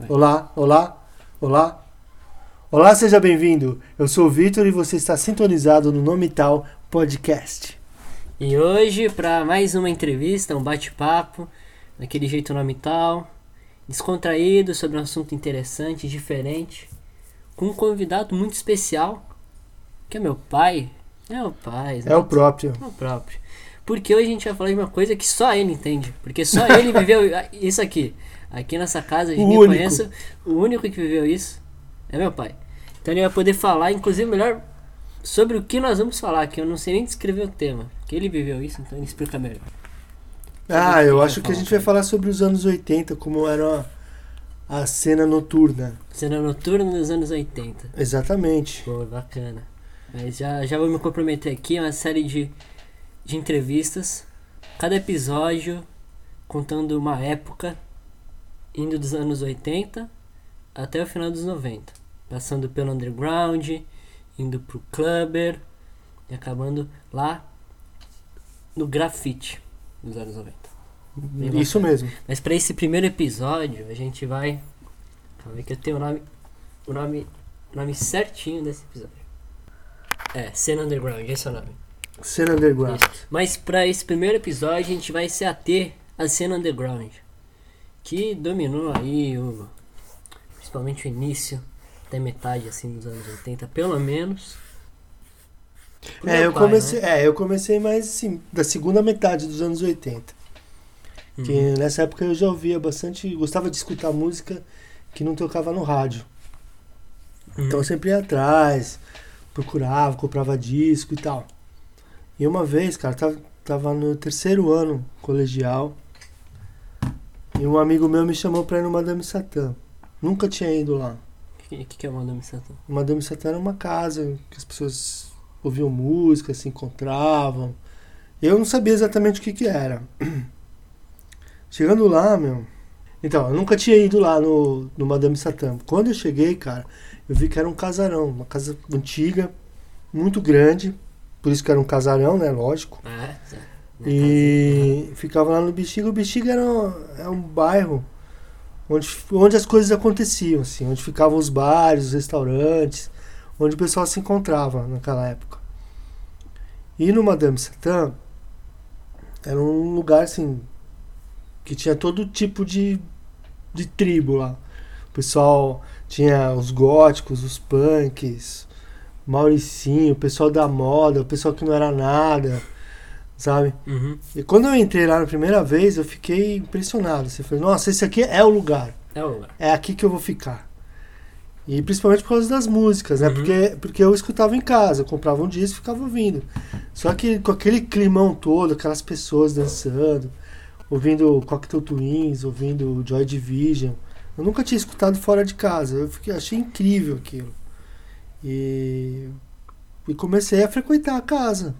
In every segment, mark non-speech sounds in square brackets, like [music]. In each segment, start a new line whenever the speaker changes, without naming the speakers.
É. Olá, olá, olá. Olá, seja bem-vindo. Eu sou o Vitor e você está sintonizado no Nome Tal Podcast.
E hoje, para mais uma entrevista, um bate-papo, daquele jeito nome tal, descontraído sobre um assunto interessante, diferente, com um convidado muito especial, que é meu pai. É o pai,
É o próprio.
É o próprio. Porque hoje a gente vai falar de uma coisa que só ele entende. Porque
[laughs]
só ele viveu isso aqui. Aqui nessa casa, a gente
O
me
único.
conhece. O único que viveu isso é meu pai. Então ele vai poder falar, inclusive, melhor sobre o que nós vamos falar, que eu não sei nem descrever o tema. Porque ele viveu isso, então ele explica melhor.
Ah,
Sobre o que
eu
vai
acho que a
falar,
gente vai falar sobre os anos 80, como era a cena noturna.
Cena noturna dos anos 80.
Exatamente.
Pô, bacana. Mas já, já vou me comprometer aqui, é uma série de, de entrevistas. Cada episódio contando uma época, indo dos anos 80 até o final dos 90. Passando pelo underground, indo pro clubber e acabando lá no grafite dos anos 90. Bem
Isso
bacana.
mesmo.
Mas para esse primeiro episódio, a gente vai. Calma aí que eu tenho o nome. O nome. O nome certinho desse episódio. É, Cena Underground, esse é o nome.
Cena underground.
Mas para esse primeiro episódio, a gente vai se ater à cena underground. Que dominou aí o. Principalmente o início, até metade assim dos anos 80, pelo menos. Pro
É,
meu
eu
pai,
comecei,
né?
é, eu comecei mais assim, da segunda metade dos anos 80. Que
Uhum.
nessa época eu já ouvia bastante, gostava de escutar música que não tocava no rádio.
Uhum.
Então eu sempre ia atrás, procurava, comprava disco e tal. E uma vez, cara, tava, tava no terceiro ano colegial. E um amigo meu me chamou pra ir no Madame Satã. Nunca tinha ido lá.
O que, que que é o Madame Satã?
O Madame Satã era uma casa que as pessoas ouviam música, se encontravam. Eu não sabia exatamente o que, que era. [clears throat] Chegando lá, meu. Então, eu nunca tinha ido lá no, no Madame Satã. Quando eu cheguei, cara, eu vi que era um casarão, uma casa antiga, muito grande. Por isso que era um casarão, né? Lógico.
Ah, tá.
E ficava lá no Bexiga. O Bexiga era um, é um bairro onde, onde as coisas aconteciam, assim, onde ficavam os bares, os restaurantes, onde o pessoal se encontrava naquela época. E no Madame Satã era um lugar assim que tinha todo tipo de, de tribo lá. O pessoal tinha os góticos, os punks, Mauricinho, o pessoal da moda, o pessoal que não era nada, sabe?
Uhum.
E quando eu entrei lá na primeira vez, eu fiquei impressionado. Você falou, nossa, esse aqui é o lugar.
É o lugar.
É aqui que eu vou ficar. E principalmente por causa das músicas, né?
Uhum.
Porque, porque eu escutava em casa, eu comprava um disco e ficava ouvindo. Só que com aquele climão todo, aquelas pessoas dançando, ouvindo Cocktail Twins, ouvindo Joy Division. Eu nunca tinha escutado fora de casa. Eu fiquei, achei incrível aquilo. E, e comecei a frequentar a casa.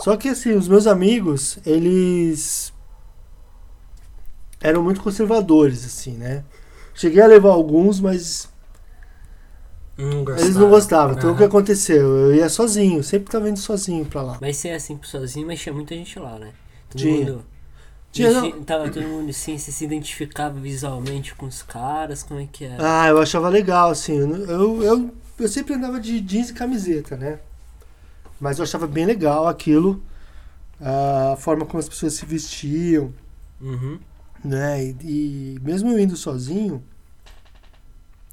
Só que assim, os meus amigos, eles eram muito conservadores, assim, né? Cheguei a levar alguns, mas
Não
eles não gostavam. Então o que
Aham.
aconteceu? Eu ia sozinho, sempre tava indo sozinho pra lá.
Mas se é assim sozinho, mas tinha muita gente lá, né? Todo
Tinha.
mundo.
Tinha,
Tinha,
não.
Tava todo mundo assim, você se identificava visualmente com os caras, como é que era?
Ah, eu achava legal, assim. Eu, eu, eu, eu sempre andava de jeans e camiseta, né? Mas eu achava bem legal aquilo, a forma como as pessoas se vestiam,
Uhum.
né? E, e mesmo eu indo sozinho,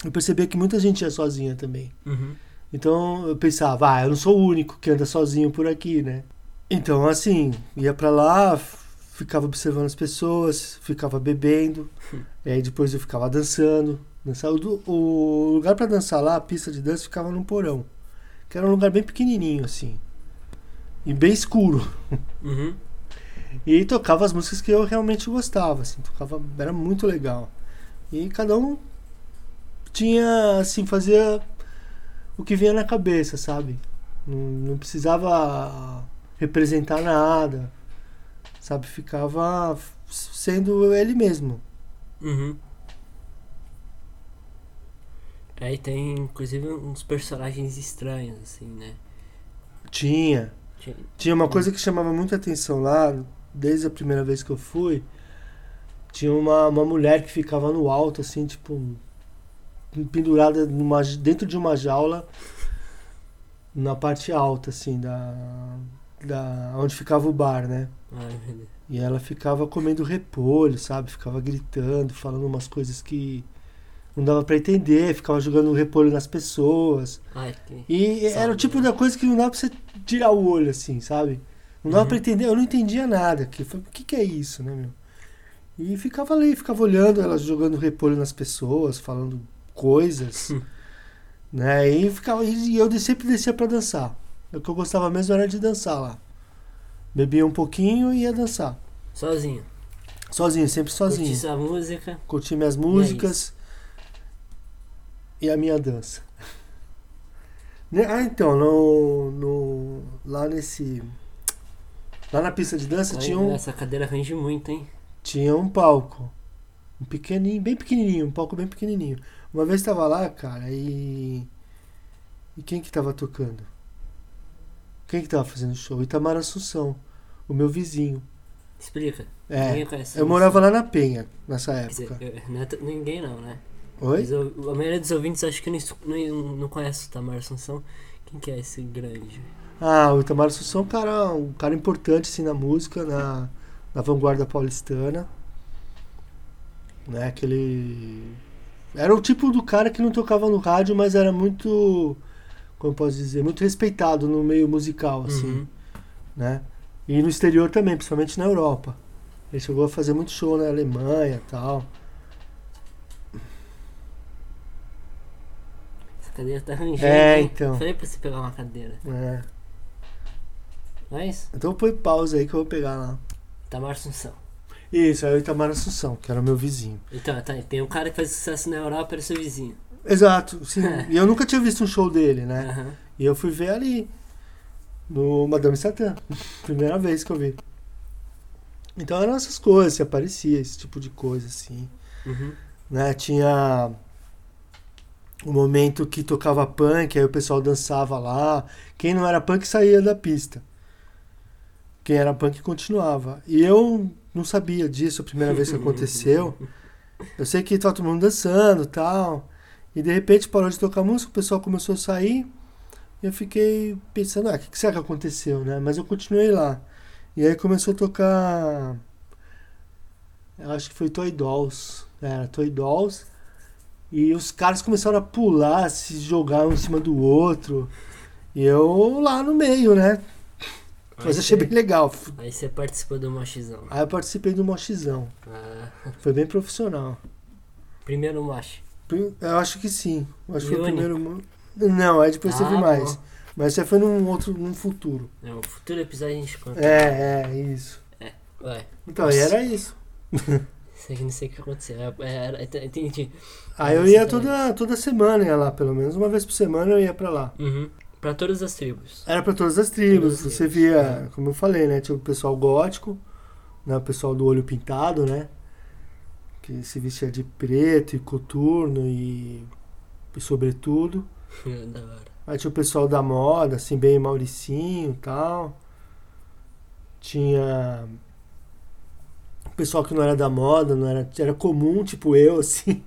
eu percebia que muita gente ia sozinha também.
Uhum.
Então eu pensava, ah, eu não sou o único que anda sozinho por aqui, né? Então assim, ia pra lá, f- ficava observando as pessoas, ficava bebendo, e aí depois eu ficava dançando. Dançava, o du- o lugar pra dançar lá, a pista de dança, ficava num porão, que era um lugar bem pequenininho assim, e bem escuro.
Uhum.
E tocava as músicas que eu realmente gostava, assim, tocava, era muito legal. E cada um tinha, assim, fazia o que vinha na cabeça, sabe? Não, não precisava representar nada, sabe? Ficava f- sendo ele mesmo.
Uhum. Aí tem inclusive uns personagens estranhos, assim, né?
Tinha.
Tinha-
Tinha uma coisa que chamava muita atenção lá, desde a primeira vez que eu fui, Tinha uma, uma mulher que ficava no alto, assim, tipo, pendurada numa- dentro de uma jaula, na parte alta, assim, da, da onde ficava o bar, né?
Ai, meu Deus.
E ela ficava comendo repolho, sabe? Ficava gritando, falando umas coisas que não dava pra entender, ficava jogando repolho nas pessoas.
Ai, que...
E
Sabe,
era o tipo
né?
da coisa que não dá pra você tirar o olho, assim, sabe? Não dava
Uhum.
pra entender, eu não entendia nada. Que foi, o que, que é isso, né, meu? E ficava ali, ficava olhando elas jogando repolho nas pessoas, falando coisas,
Hum.
né? E, ficava, e eu de- sempre descia pra dançar. O que eu gostava mesmo era de dançar lá. Bebia um pouquinho e ia dançar.
Sozinho.
Sozinho, sempre sozinho.
Curti essa música.
Curti minhas músicas e, a minha dança. [laughs] Né, Ah, então, no, no- lá nesse. Lá na pista de dança
Ai,
tinha um,
Essa cadeira range muito, hein?
tinha um palco. Um pequenininho, bem pequenininho, um palco bem pequenininho. Uma vez tava lá, cara, e. E quem que tava tocando? Quem que tava fazendo show? Itamar Assunção, o meu vizinho.
Explica.
É,
Ninguém conhece
eu
isso.
morava lá na Penha, nessa
Quer dizer,
época.
eu- não é t- ninguém não, né?
Oi?
Mas eu- a maioria dos ouvintes acho que não, es- não, não conhece o Tamar Assunção. Quem que é esse grande?
Ah, o Itamar Assunção é um cara, um cara importante assim, na música, na, na vanguarda paulistana. Né, aquele... Era o tipo do cara que não tocava no rádio, mas era muito, como eu posso dizer, muito respeitado no meio musical, assim,
Uhum.
né? E no exterior também, principalmente na Europa. Ele chegou a fazer muito show na Alemanha e tal.
Essa cadeira tá rangendo.
É,
hein?
então.
Falei pra você pegar uma cadeira. é
né?
Mas,
Então põe pausa aí que eu vou pegar lá.
Tamar Assunção.
Isso, é o Itamar Assunção, que era o meu vizinho.
Então, tá, tem um cara que faz sucesso na Europa, ele é seu vizinho.
Exato, sim. E eu nunca tinha visto um show dele, né?
Aham.
E eu fui ver ali, no Madame Satã, primeira vez que eu vi. Então eram essas coisas, se aparecia esse tipo de coisa, assim.
Uhum.
Né? Tinha o momento que tocava punk, aí o pessoal dançava lá. Quem não era punk saía da pista. Quem era punk continuava. E eu não sabia disso, a primeira vez que aconteceu. Eu sei que tava todo mundo dançando e tal. E de repente parou de tocar música, o pessoal começou a sair. E eu fiquei pensando, ah, o que, que será que aconteceu, né? Mas eu continuei lá. E aí começou a tocar. Eu acho que foi Toy Dolls. Era Toy Dolls. E os caras começaram a pular, se jogar um em cima do outro. E eu lá no meio, né? Mas
Aí
achei
você-
bem legal.
Aí você participou do mochizão.
Aí eu participei do mochizão.
Ah,
Foi bem profissional.
primeiro moche.
Pri- Eu acho que sim. Eu acho que foi o
Ione.
primeiro. mo- Não, aí depois
Ah,
teve mais.
bom.
Mas já foi num outro, num futuro.
É, o futuro episódio a gente conta.
É, é, isso.
Vai.
Então, e era isso.
Sei que não sei o que aconteceu. É, é, é, é, entendi.
Aí eu ia toda, toda semana ia lá, pelo menos. Uma vez por semana eu ia pra lá.
Uhum. Pra todas as tribos. [laughs]
Era pra todas as tribos.
Todas as
Você
tribos, é.
via, como eu falei, né? Tinha o pessoal gótico, né? O pessoal do olho pintado, né? Que se vestia de preto e coturno e, e sobretudo.
da hora.
Aí tinha o pessoal da moda, assim, bem Mauricinho e tal. Tinha o pessoal que não era da moda, não era, era comum, tipo eu, [laughs] assim.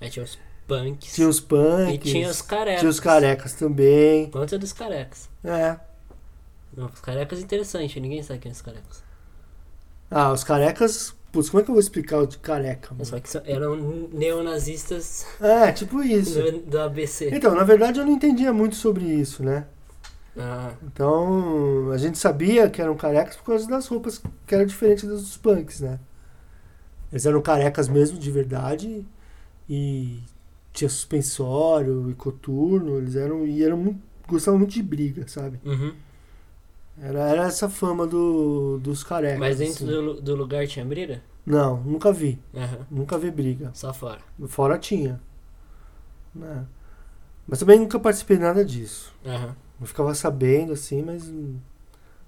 Aí tinha os punks.
Tinha os punks.
e tinha os carecas.
tinha os carecas também.
Conta dos carecas.
É.
Não, os carecas é interessante, ninguém sabe quem é os carecas.
Tá Ah, os carecas. Putz, como é que eu vou explicar o de careca?
Mas
Mano?
É Só que só- eram neonazistas
É, tipo isso.
do, do ABC.
Então, na verdade eu não entendia muito sobre isso, né?
Ah,
Então, a gente sabia que eram carecas por causa das roupas que eram diferentes das dos punks, né? Eles eram carecas mesmo, de verdade, e tinha suspensório e coturno, eles eram e eram muito, gostavam muito de briga, sabe?
uhum.
Era, era essa fama do, dos carecas.
Mas dentro
assim.
do, lu- do lugar tinha briga?
Não, nunca vi,
Aham.
nunca vi briga.
Só fora.
Fora tinha. né? Mas também nunca participei de nada disso.
Aham.
Eu ficava sabendo assim, mas hum,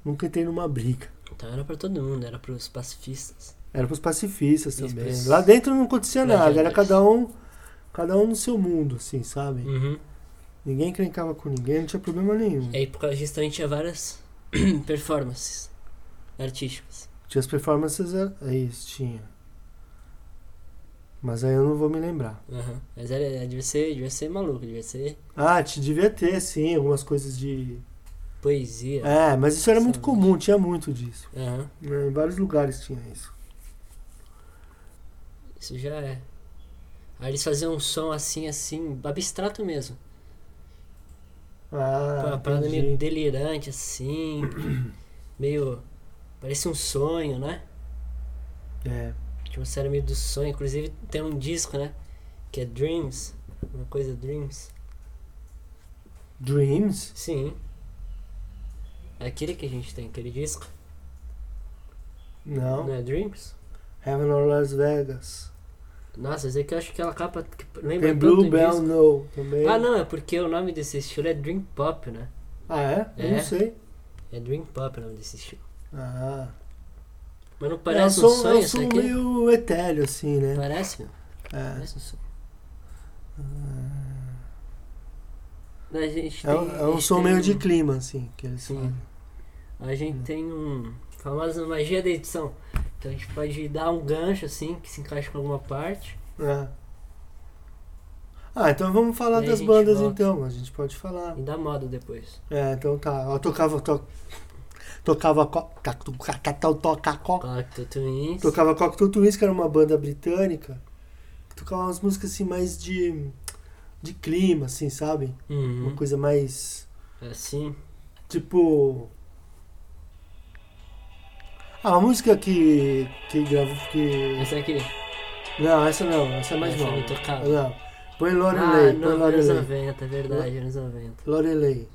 nunca entrei numa briga.
Então era pra todo mundo, era pros pacifistas.
Era pros pacifistas
Isso,
também.
pros-
Lá dentro não acontecia
Pra
nada,
gente.
era cada um, cada um no seu mundo, assim, sabe?
Uhum.
Ninguém encrencava com ninguém, não tinha problema nenhum.
E aí por causa disso também tinha várias [clears throat] performances artísticas.
Tinha as performances, é é isso, tinha. Mas aí eu não vou me lembrar.
Aham. Mas era, era- devia, ser, devia ser maluco, devia ser
Ah, te devia ter, sim, algumas coisas de.
poesia.
É, mas isso era muito
Sabe.
comum, tinha muito disso.
Aham.
né? Em vários lugares tinha isso.
Isso já é. Aí eles faziam um som assim, assim, abstrato mesmo.
Ah,
uma parada
entendi.
meio
[clears throat]
delirante, assim. meio. Parece um sonho, né?
É.
Tinha uma série meio do sonho. Inclusive tem um disco, né? Que é Dreams. Uma coisa Dreams.
Dreams?
Sim. É aquele que a gente tem, aquele disco.
Não.
Não é Dreams?
Heaven or Las Vegas.
Nossa, mas é que eu acho que aquela capa que lembra
Tem
tanto um
Blue Bell
disco.
No também.
Ah, não, é porque o nome desse estilo é Dream Pop, né?
Ah, é? Eu
É.
não sei.
É Dream Pop o nome desse estilo.
Ah.
Mas não parece
é um som,
um sonho
é um
isso
som
aqui?
meio etéreo, assim, né?
Parece, meu.
É.
Parece um sonho.
Ah.
A gente
É
tem-
um, é
a
um
gente
som
tem
meio
um-
de clima, Hum. assim, que eles
Sim.
falam.
A gente tem um famosa magia da edição. Então a gente pode dar um gancho assim que se encaixa com alguma parte.
É. Ah, então vamos falar
E aí a
das
gente
bandas
volta.
então, a gente pode falar.
E dá moda depois.
É, então tá. Ela tocava. To... Tocava. Co... Catu- ca- ca- tal- toca- co-
Cacto Twins.
Tocava Cocteau Twins, que era uma banda britânica. que Tocava umas músicas assim mais de. de clima, assim, sabe? Uma
Uhum.
coisa mais.
Assim.
Tipo. Ah, uma música que. que gravou. Que...
Essa aqui. é
Não, essa não, essa é mais
essa
nova.
me tocava.
Não. Põe
Ah,
Lorelei, põe
não, anos
Lorelei.
90, é verdade, anos 90.
Lorelei.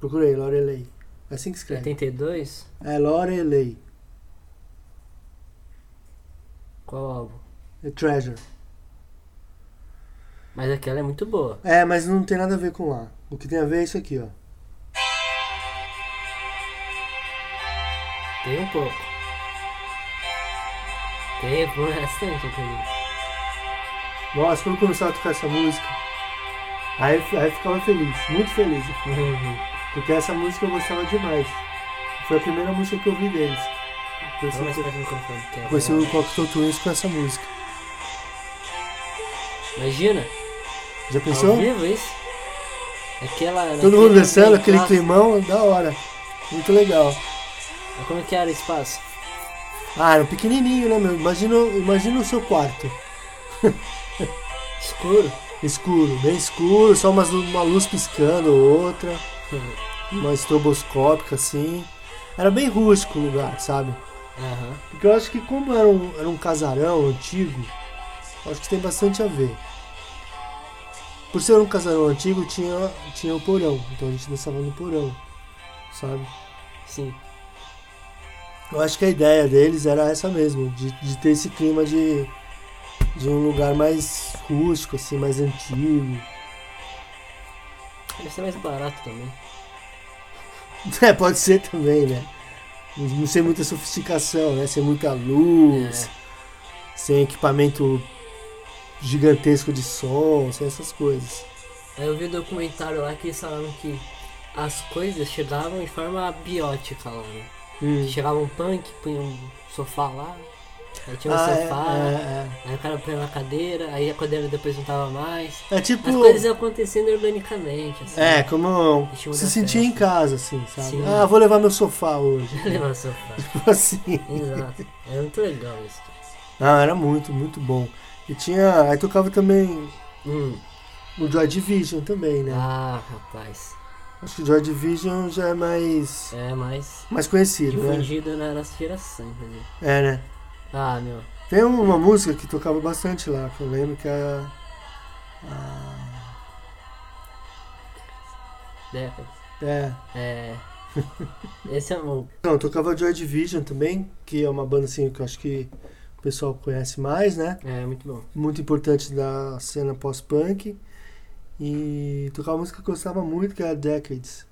Procurei, Lorelei. É assim que escreve.
82?
É Lorelei.
Qual álbum?
É Treasure.
Mas aquela é muito boa.
É, mas não tem nada a ver com lá. O que tem a ver é isso aqui, ó.
Tem um pouco. Tem é bastante, inclusive.
Nossa, quando começar a tocar essa música, aí, aí eu ficava feliz, muito feliz.
Uhum.
Porque essa música eu gostava demais. Foi a primeira música que eu vi deles.
Vamos mais
Conheci-
perto do microfone, que é
Conheci
bom.
o Cocktail Twins com essa música.
Imagina,
Já
ao
pensou?
vivo isso? Aquela.
Todo mundo
naquele
dançando, aquele
clássico.
climão, da hora. Muito legal.
Mas Como que era o espaço?
Ah, era um pequenininho, né, meu? Imagina, imagina o seu quarto.
Escuro?
Escuro, bem escuro, só umas lu- uma luz piscando,
[laughs]
outra, uma estroboscópica assim. Era bem rústico o lugar, sabe?
Aham.
Porque eu acho que como era um, era um casarão antigo, eu acho que tem bastante a ver. Por ser um casarão antigo, tinha, tinha o porão, então a gente dançava no porão, sabe?
Sim.
Eu acho que a ideia deles era essa mesmo, de, de ter esse clima de, de um lugar mais rústico, assim, mais antigo.
Deve ser mais barato também.
[laughs] É, pode ser também, né? Não sem muita sofisticação, né? Sem muita luz,
É.
sem equipamento gigantesco de som, sem essas coisas.
Aí eu vi um documentário lá que eles falaram que as coisas chegavam de forma biótica lá, né? Chegava um punk, punha um sofá lá, aí tinha um
Ah, é,
sofá,
é,
aí o cara punha uma cadeira, aí a cadeira depois não tava mais.
é. É
As
tipo.
coisas iam acontecendo organicamente, assim.
É, como
Ritmo
se
da
sentir em
festa.
casa, assim, sabe?
Sim.
Ah, vou levar meu sofá hoje.
[laughs]
[laughs]
Levar o sofá.
Tipo assim.
Exato. Era muito legal isso. cara.
Ah, era muito, muito bom. E tinha. Aí tocava também
Hum.
o Joy Division também, né?
Ah, rapaz.
Acho que o Joy Division já é mais.
É mais
mais conhecido, né?
difundido na nossa geração, inclusive.
É, né?
Ah, meu.
Tem um, uma música que tocava bastante lá, que eu lembro que é era. ah,
Décadas.
é.
É. [laughs] Esse é o.
Não, tocava Joy Division também, que é uma banda assim que eu acho que o pessoal conhece mais, né?
É, muito bom.
Muito importante da cena pós-punk. E tocava uma música que eu gostava muito, que era Decades.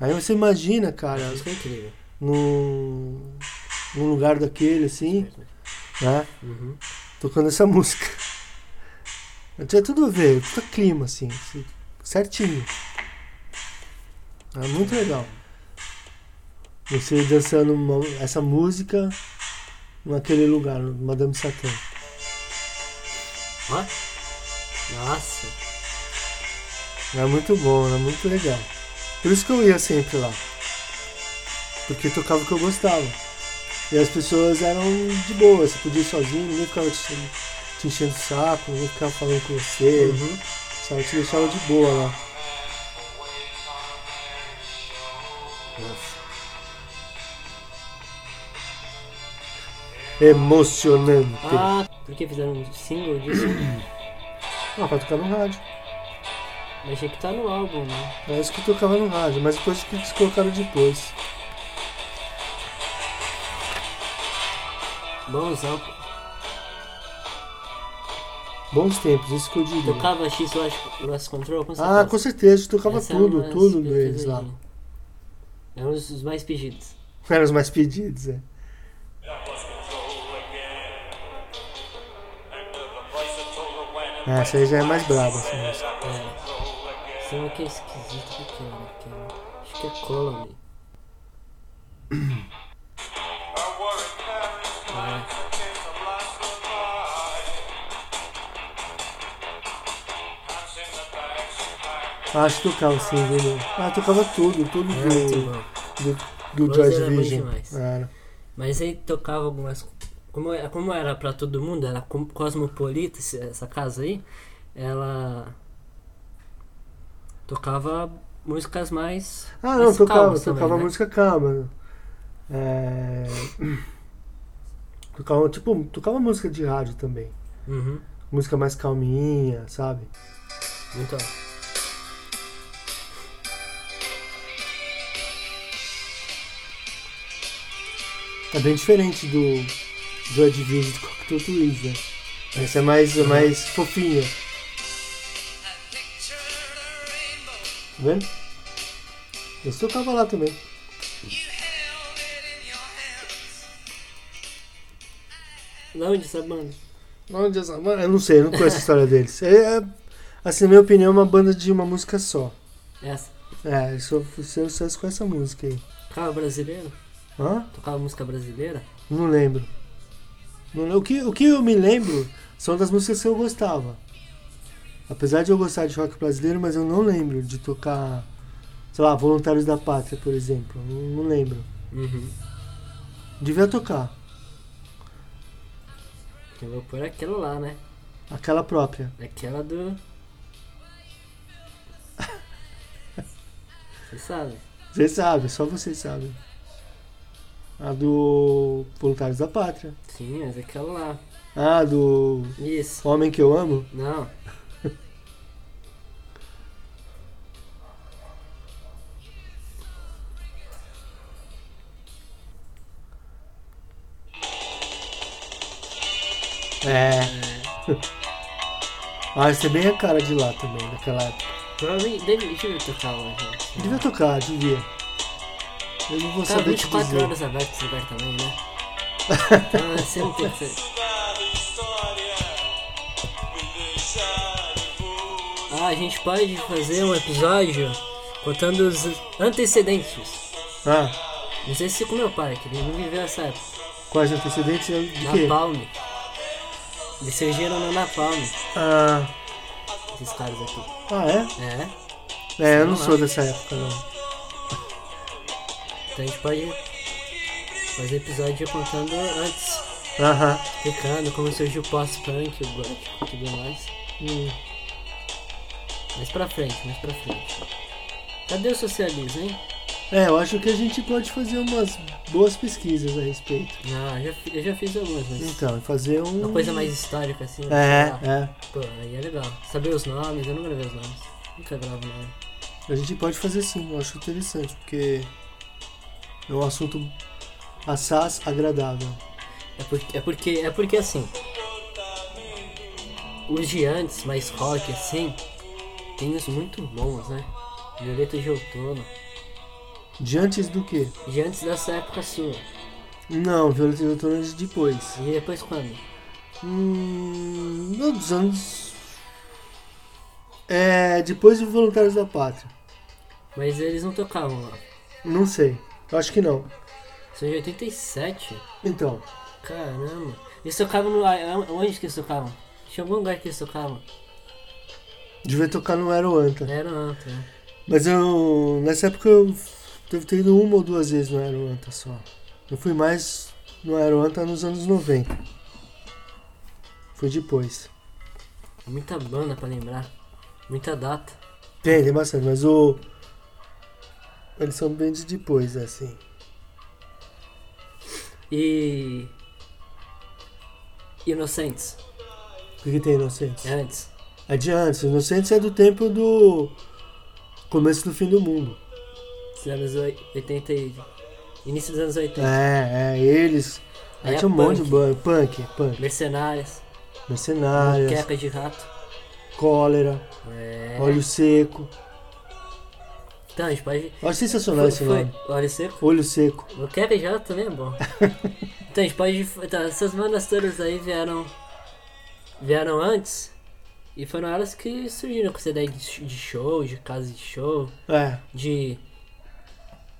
Aí você imagina, cara,
Essa música é incrível.
num, num lugar daquele assim, né?
Uhum.
tocando essa [laughs] música. Tinha tudo a ver, puta clima, assim, assim, certinho. É muito legal. Você dançando uma- essa música naquele lugar, no Madame Satã.
Ó. Nossa.
Era muito bom, era muito legal. Por isso que eu ia sempre lá. Porque tocava o que eu gostava. E as pessoas eram de boa, você podia ir sozinho, ninguém ficava te, te enchendo o saco, ninguém ficava falando com você,
Uhum.
só te deixava de boa lá.
Nossa.
Emocionante.
Ah, por que fizeram um single disso?
Ah, pra tocar no rádio.
Eu achei que tá no álbum, né?
Era isso que tocava no rádio, mas depois que eles colocaram depois.
Bonzão.
Bons tempos, isso que eu diria.
Tocava X Lost, Lost Control? Com
Ah,
certeza.
com certeza, tocava
Essa é
tudo,
uma das
tudo
minhas
deles lá.
preferidas. É um dos mais pedidos.
Eram os mais pedidos, é. Ah, Essa aí já é mais braba, essa música.
É. Esse é que é esquisito que que era, que era. Acho que é Colony. É.
Ah, acho que tocava sim, viu? Ah, tocava tudo, tudo
Era É muito
do, do,
bom.
do
Mas
Joy
era bom
Division.
demais.
Era. Ah,
Mas aí tocava algumas. Como, era- como era pra todo mundo, era com- cosmopolita esse- essa casa aí, ela tocava músicas mais.
Ah, não,
mais
tocava,
calmas também,
tocava
né?
música calma. É... [clears throat] tocava, tipo, tocava música de rádio também.
Uhum.
Música mais calminha, sabe?
Muito alto.
É bem diferente do Joy Division do Cocteau Twins, né? Essa é mais, é mais fofinha, tá vendo? Esse tocava lá também.
Da onde essa banda?
Onde essa banda? Eu não sei, eu não conheço a história deles. É, é, assim, na minha opinião, é uma banda de uma música só.
Essa.
É, isso fizeram sucesso com essa música aí.
Tocava brasileiro?
Hã?
Tocava música brasileira?
Não lembro. Não le- o, que, o que eu me lembro são das músicas que eu gostava. Apesar de eu gostar de rock brasileiro, mas eu não lembro de tocar, sei lá, Voluntários da Pátria, por exemplo. Não, não lembro.
Uhum.
Devia tocar.
Eu vou pôr aquela lá, né?
Aquela própria.
Aquela do.
[laughs]
Você sabe?
Vocês sabem, só vocês sabem. A do Voluntários da Pátria.
Sim, mas aquela lá.
Ah, do
Isso.
Homem que eu amo.
Não.
É. [laughs] Ah, você é bem a cara de lá também, daquela época.
Provavelmente. Deve, deixa eu tocar lá, gente.
Devia tocar, devia. Eu não vou
Tá
saber te
24
dizer.
horas aberto esse lugar
[laughs]
também, né? Ah, você não tem que ser. Ah, a gente pode fazer um episódio contando os antecedentes.
Ah,
Não sei se com meu pai, que ele não viveu essa época.
quais antecedentes é de quê?
Napalm. Eles surgiram no Napalm,
Ah,
esses caras aqui.
ah, é?
É.
É, eu não
Sei
sou
lá.
dessa época, não.
Então a gente pode fazer episódio contando antes,
Aham.
explicando como surgiu o pós-punk, o gótico e tudo mais.
Hum.
Mais pra frente, mais pra frente. Cadê o socialismo, hein?
É, eu acho que a gente pode fazer umas boas pesquisas a respeito.
Não, eu Ah, já, fi- eu já fiz algumas, mas
Então, fazer um.
uma coisa mais histórica assim.
É,
sei lá.
é.
Pô, aí é legal. Saber os nomes, eu não gravei os nomes. Nunca gravo nome.
A gente pode fazer sim, eu acho interessante, porque é um assunto assaz agradável.
É porque, é porque, é porque assim. Os de antes, mais rock assim, tem uns muito bons, né? Violeta de outono.
Diante do quê?
De antes dessa época sua.
Não, Violeta de Outono é de depois.
E depois quando?
Hum. não, Dos anos. É. Depois de Voluntários da Pátria.
Mas eles não tocavam lá. é
Não sei. Eu acho que não.
São de 87?
Então,
Caramba. Eles tocavam no. Onde que eles tocavam? Tinha algum lugar que eles tocavam?
Devia tocar no Aeroanta.
Era um antro, né?
Mas eu. Nessa época eu devo ter ido uma ou duas vezes no Aeroanta só. Eu fui mais no Aeroanta nos anos 90. Foi depois.
É Muita banda pra lembrar. Muita data.
Tem, tem bastante, mas o. Eles são bem de depois, assim.
E. Inocentes.
O que, que tem Inocentes?
É antes.
Adiante, Inocentes é do tempo do. Começo do fim do mundo.
Dos anos oi- 80 e. Início dos anos 80.
É, é, eles. Aí
Aí é
tinha um monte de
punk.
banda. Punk, punk.
Mercenárias.
Mercenárias,
Queca de rato.
cólera,
É.
óleo seco.
Então, a gente pode.
Olha sensacional esse
foi,
nome.
Olha seco.
Olho seco.
O Queca de rato também é bom. então, a gente pode. Tá, essas bandas todas aí vieram. Vieram antes. E foram elas que surgiram com essa ideia de sh- de show, de casa de show.
É,
de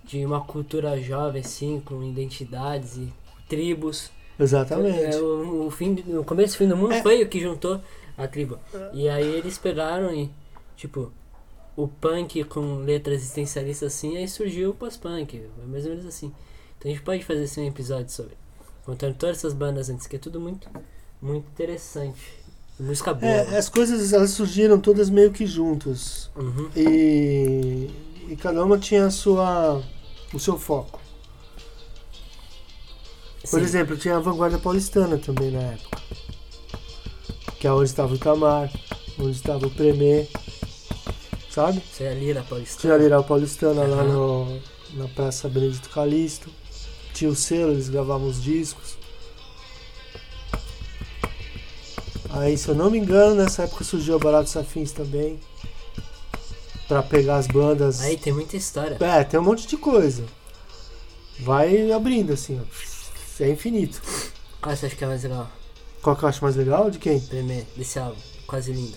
de uma cultura jovem assim com identidades e tribos
exatamente.
É, o, o fim do- o começo e fim do mundo
É.
foi o que juntou a tribo e aí eles pegaram e tipo o punk com letras existencialistas assim aí surgiu o pós-punk é mais ou menos assim então a gente pode fazer assim um episódio sobre contando todas essas bandas antes que é tudo muito muito interessante música boa
É, as coisas elas surgiram todas meio que juntas.
Uhum.
E, e cada uma tinha a sua, o seu foco. Por
Sim.
exemplo, tinha a vanguarda paulistana também na época. Que é onde estava o Itamar, onde estava o Premier, sabe?
Isso é a lira paulistana
Tinha a Liral Paulistana lá no, na Praça Benedito Calixto. Tinha o selo, eles gravavam os discos. Aí, se eu não me engano, nessa época surgiu a Barato Safins também. Pra pegar as bandas.
aí tem muita história
É, tem um monte de coisa. Vai abrindo assim, ó. É infinito.
qual você acha que é mais legal
Qual que eu acho mais legal? De quem?
primeiro desse álbum, quase lindo.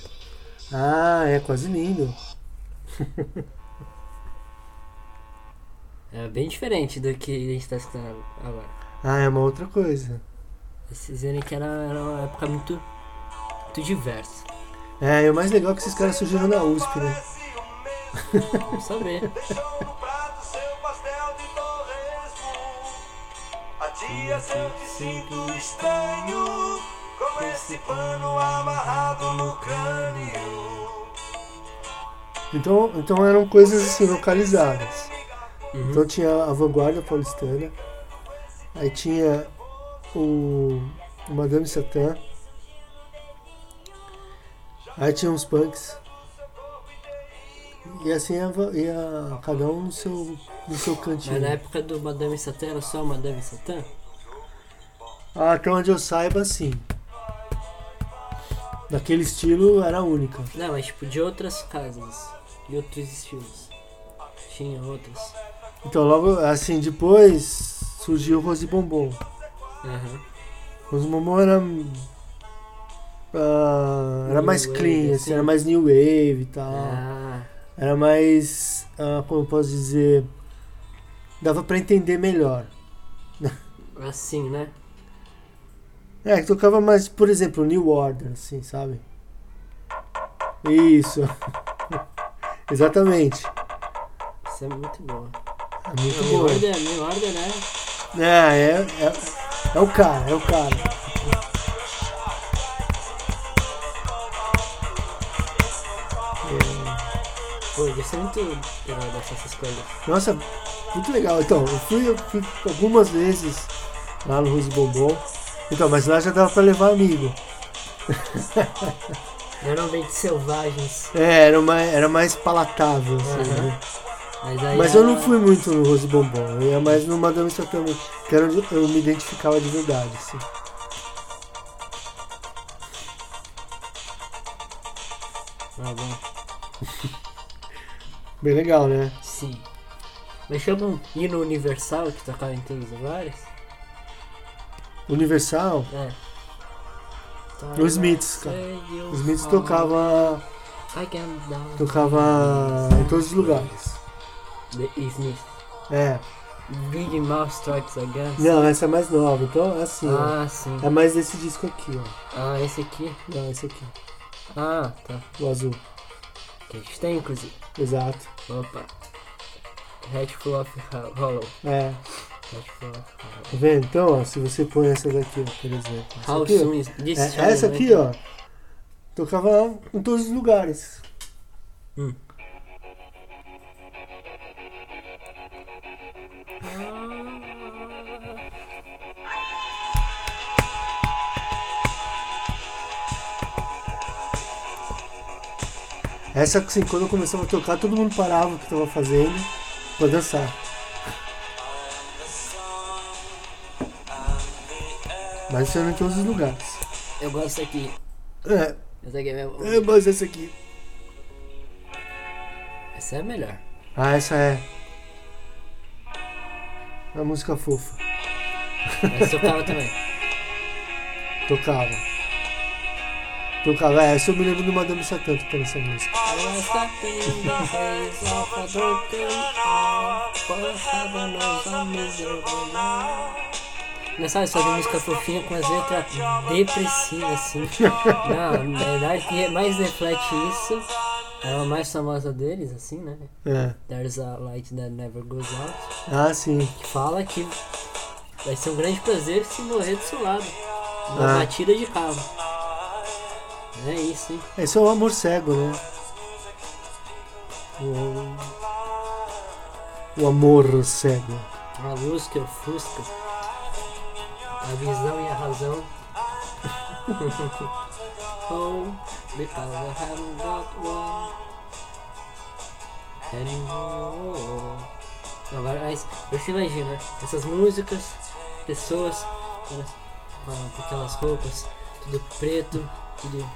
Ah, é quase lindo.
É bem diferente do que a gente tá escutando agora.
Ah, é uma outra coisa.
Vocês verem que era, era uma época muito, muito diversa.
É, e o mais legal é que esses caras surgiram na USP, né? [laughs]
Vamos saber.
Deixou no prato seu pastel de torresmo. Há dias eu te sinto estranho, com esse pano amarrado no crânio.
Então, então eram coisas assim, localizadas.
Uhum.
Então tinha a Vanguarda Paulistana, aí tinha o, o Madame Satã, aí tinha os punks. E assim a, va- e a- cada um no seu, no seu cantinho.
Mas na época do Madame Satã era só Madame Satã?
Ah, até onde eu saiba, sim. Daquele estilo era a única.
Não, mas tipo de outras casas, de outros estilos. Tinha outras.
Então logo assim, depois surgiu o Rose Bombom.
Aham.
Os Momon era. ah, era
New
mais
wave,
clean,
assim.
assim, era mais new wave e tal.
Ah,
Era mais. ah, como eu posso dizer? Dava pra entender melhor.
assim, né?
É, que tocava mais, por exemplo, New Order, assim, sabe? Isso. [laughs] Exatamente.
Isso é muito boa.
É muito
New
boa.
Order, New Order, né?
É, é, é, é o cara, é o cara.
Pô, deve ser é muito legal dessas essas coisas.
Nossa, muito legal. Então, eu fui, eu fui algumas vezes lá no Rose Bombom. Então, mas lá já dava pra levar amigo.
Geralmente selvagens.
É, era mais, era mais palatável, assim,
Aham.
né?
Mas, aí
Mas eu não
a-
fui muito no Rose Bombom, eu ia mais no Madame Satã, que era onde eu me identificava de verdade, assim.
Ah, bom.
Bem legal, né?
Sim. Mas chamam hino universal que tocava em todos os lugares?
Universal,
É.
Os Smiths, cara. os Smiths tocava, tocava em todos os lugares.
The Smiths.
É,
Big Mouth Strikes Again?
Não, essa é mais nova. Então, assim, ó.
Ah, sim.
É mais desse disco aqui, ó.
Ah, esse aqui.
Não, esse aqui.
Ah, tá.
O azul.
Que a gente tem, inclusive.
Exato.
Opa. Hatful of Ho- Hollow.
É.
Hatful of Hollow.
Tá vendo? Então, ó, se você põe essa daqui, ó, por exemplo. Essa
How
aqui, ó.
soon is this né?
É,
shall
essa
be
aqui,
written?
ó. Tocava em todos os lugares. Essa, assim, quando eu começava a tocar, todo mundo parava o que tava fazendo pra dançar. Mas isso era em todos os lugares.
Eu gosto daqui.
É,
Essa aqui é minha...
é mas essa aqui.
Essa é a melhor.
Ah, essa é. É uma música fofa.
Essa eu tava também.
Tocava. Tocava, é, essa eu me lembro do Madame Satã tocando essa música.
Não sabe, só de música fofinha com as letras depressivas, assim. Não, na verdade, que mais reflete isso é a mais famosa deles, assim, né?
É.
There's a Light That Never Goes Out,
Ah, sim.
que fala que vai ser um grande prazer se morrer do seu lado, numa
Ah.
batida de carro. É isso, hein?
Esse é o amor cego, né? O, o amor cego.
A luz que ofusca a visão e a razão. [laughs] oh, because I haven't got one anymore. Agora, mas você imagina essas músicas, pessoas elas, com com aquelas roupas, tudo preto, tudo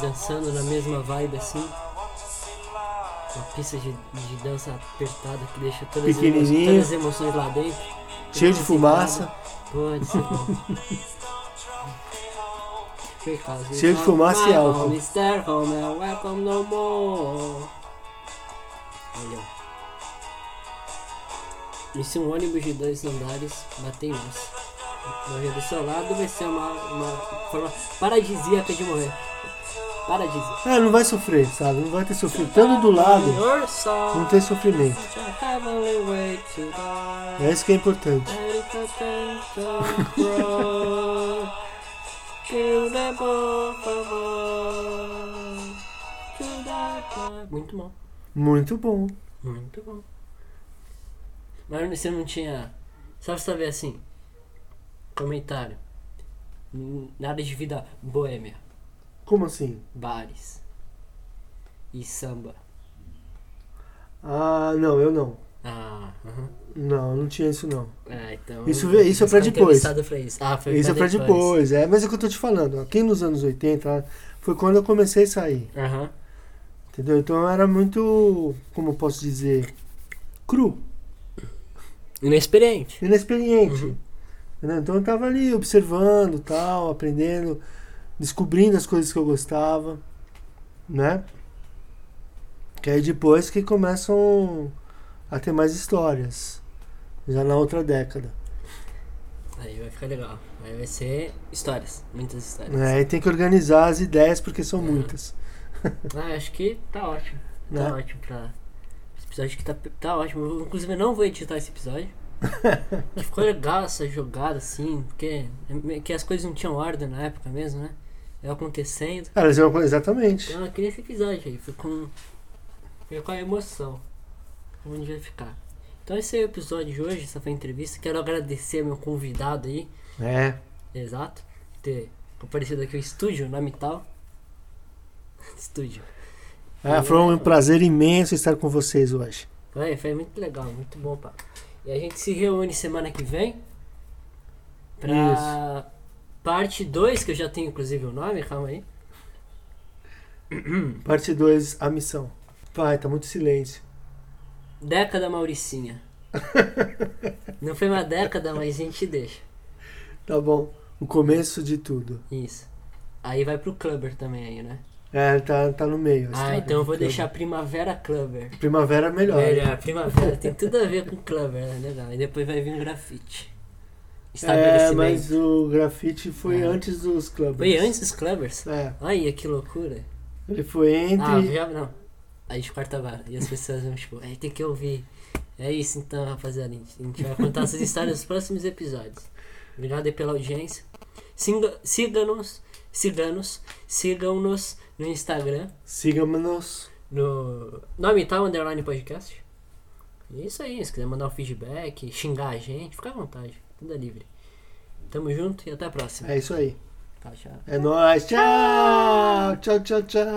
dançando na mesma vibe assim. Uma pista de, de dança apertada que deixa todas as, emo-
Pequenininho.
todas as emoções lá dentro.
Cheio de fumaça.
Pode ser bom.
[laughs]
Because
Cheio de
it's
fumaça
not
e
my
álcool.
home, it's their home and welcome no more. Olha. E se um ônibus de dois andares bater em você? Morrer do seu lado vai ser uma, uma forma paradisíaca de morrer. Paradisíaca.
É, não vai sofrer, sabe? Não vai ter sofrido. Estando do lado,
Your soul,
não tem sofrimento.
such a heavenly way to die.
É isso que é importante.
Muito bom,
Muito bom.
muito bom. Mas você não tinha. Sabe saber assim? Comentário. N- Nada de vida boêmia,
Como assim?
bares e samba.
Ah, não, eu não.
Ah, aham.
Não, não tinha isso não.
ah então.
Isso- isso é pra
Você tá
depois.
entrevistado pra isso. Ah, foi
Isso é pra
depois.
depois, é. Mas é o que eu tô te falando. ó, Aqui nos anos 80 ó, foi quando eu comecei a sair,
Aham.
entendeu? Então eu era muito, como eu posso dizer, cru,
Inexperiente.
inexperiente.
Uhum.
entendeu? Então eu tava ali observando, tal, aprendendo, descobrindo as coisas que eu gostava, né? Que aí depois que começam a ter mais histórias, já na outra década.
Aí vai ficar legal. Aí vai ser histórias, muitas histórias.
né? Aí tem que organizar as ideias porque são
Uhum.
muitas,
Ah, acho que tá ótimo.
né?
Tá ótimo pra. Esse episódio que tá, tá ótimo. Eu, Inclusive, eu não vou editar esse episódio. que ficou legal essa jogada assim, porque é me- que as coisas não tinham ordem na época mesmo, né? É acontecendo.
Ah, eles vão- exatamente.
Então eu queria esse episódio aí, foi com, foi com a emoção. Onde vai ficar? Então esse é o episódio de hoje, essa foi a entrevista. Quero agradecer ao meu convidado aí,
É.
Exato. Ter aparecido aqui o estúdio, nome tal. [laughs] estúdio.
Ah, foi um prazer imenso estar com vocês hoje.
Foi, foi muito legal, muito bom, pá. E a gente se reúne semana que vem. Pra parte 2, que eu já tenho inclusive o nome, calma aí. Hum.
Parte 2, a missão. Pai, tá muito silêncio.
Década Mauricinha. Não foi uma década, mas a gente deixa.
Tá bom. O começo de tudo.
Isso. Aí vai pro Clubber também aí, né?
É, tá, tá no meio. a
Ah,
história
então eu
do
vou
Clubber.
deixar Primavera Clubber.
Primavera é melhor.
Melhor, Primavera tem tudo a ver com Clubber, né? legal. E depois vai vir o grafite.
É,
Estabelecimento.
mas o grafite foi
É.
antes dos clubes.
Foi antes dos Clubbers?
É.
Olha que loucura.
Ele foi
Ah,
entre.
já, não. A gente corta a vara. E as pessoas vão tipo, aí tem que ouvir. É isso então, rapaziada. A gente- a gente vai contar essas histórias nos próximos episódios. Obrigado aí pela audiência. Singa- Siga-nos, siga-nos, sigam-nos no Instagram,
Sigamos-nos.
no nome tal, underline podcast. E É isso aí, se quiser mandar um feedback, xingar a gente, fica à vontade, tudo é livre. Tamo junto e até a próxima.
É isso aí.
Tchau, tchau.
É nóis. Tchau. Tchau, tchau, tchau.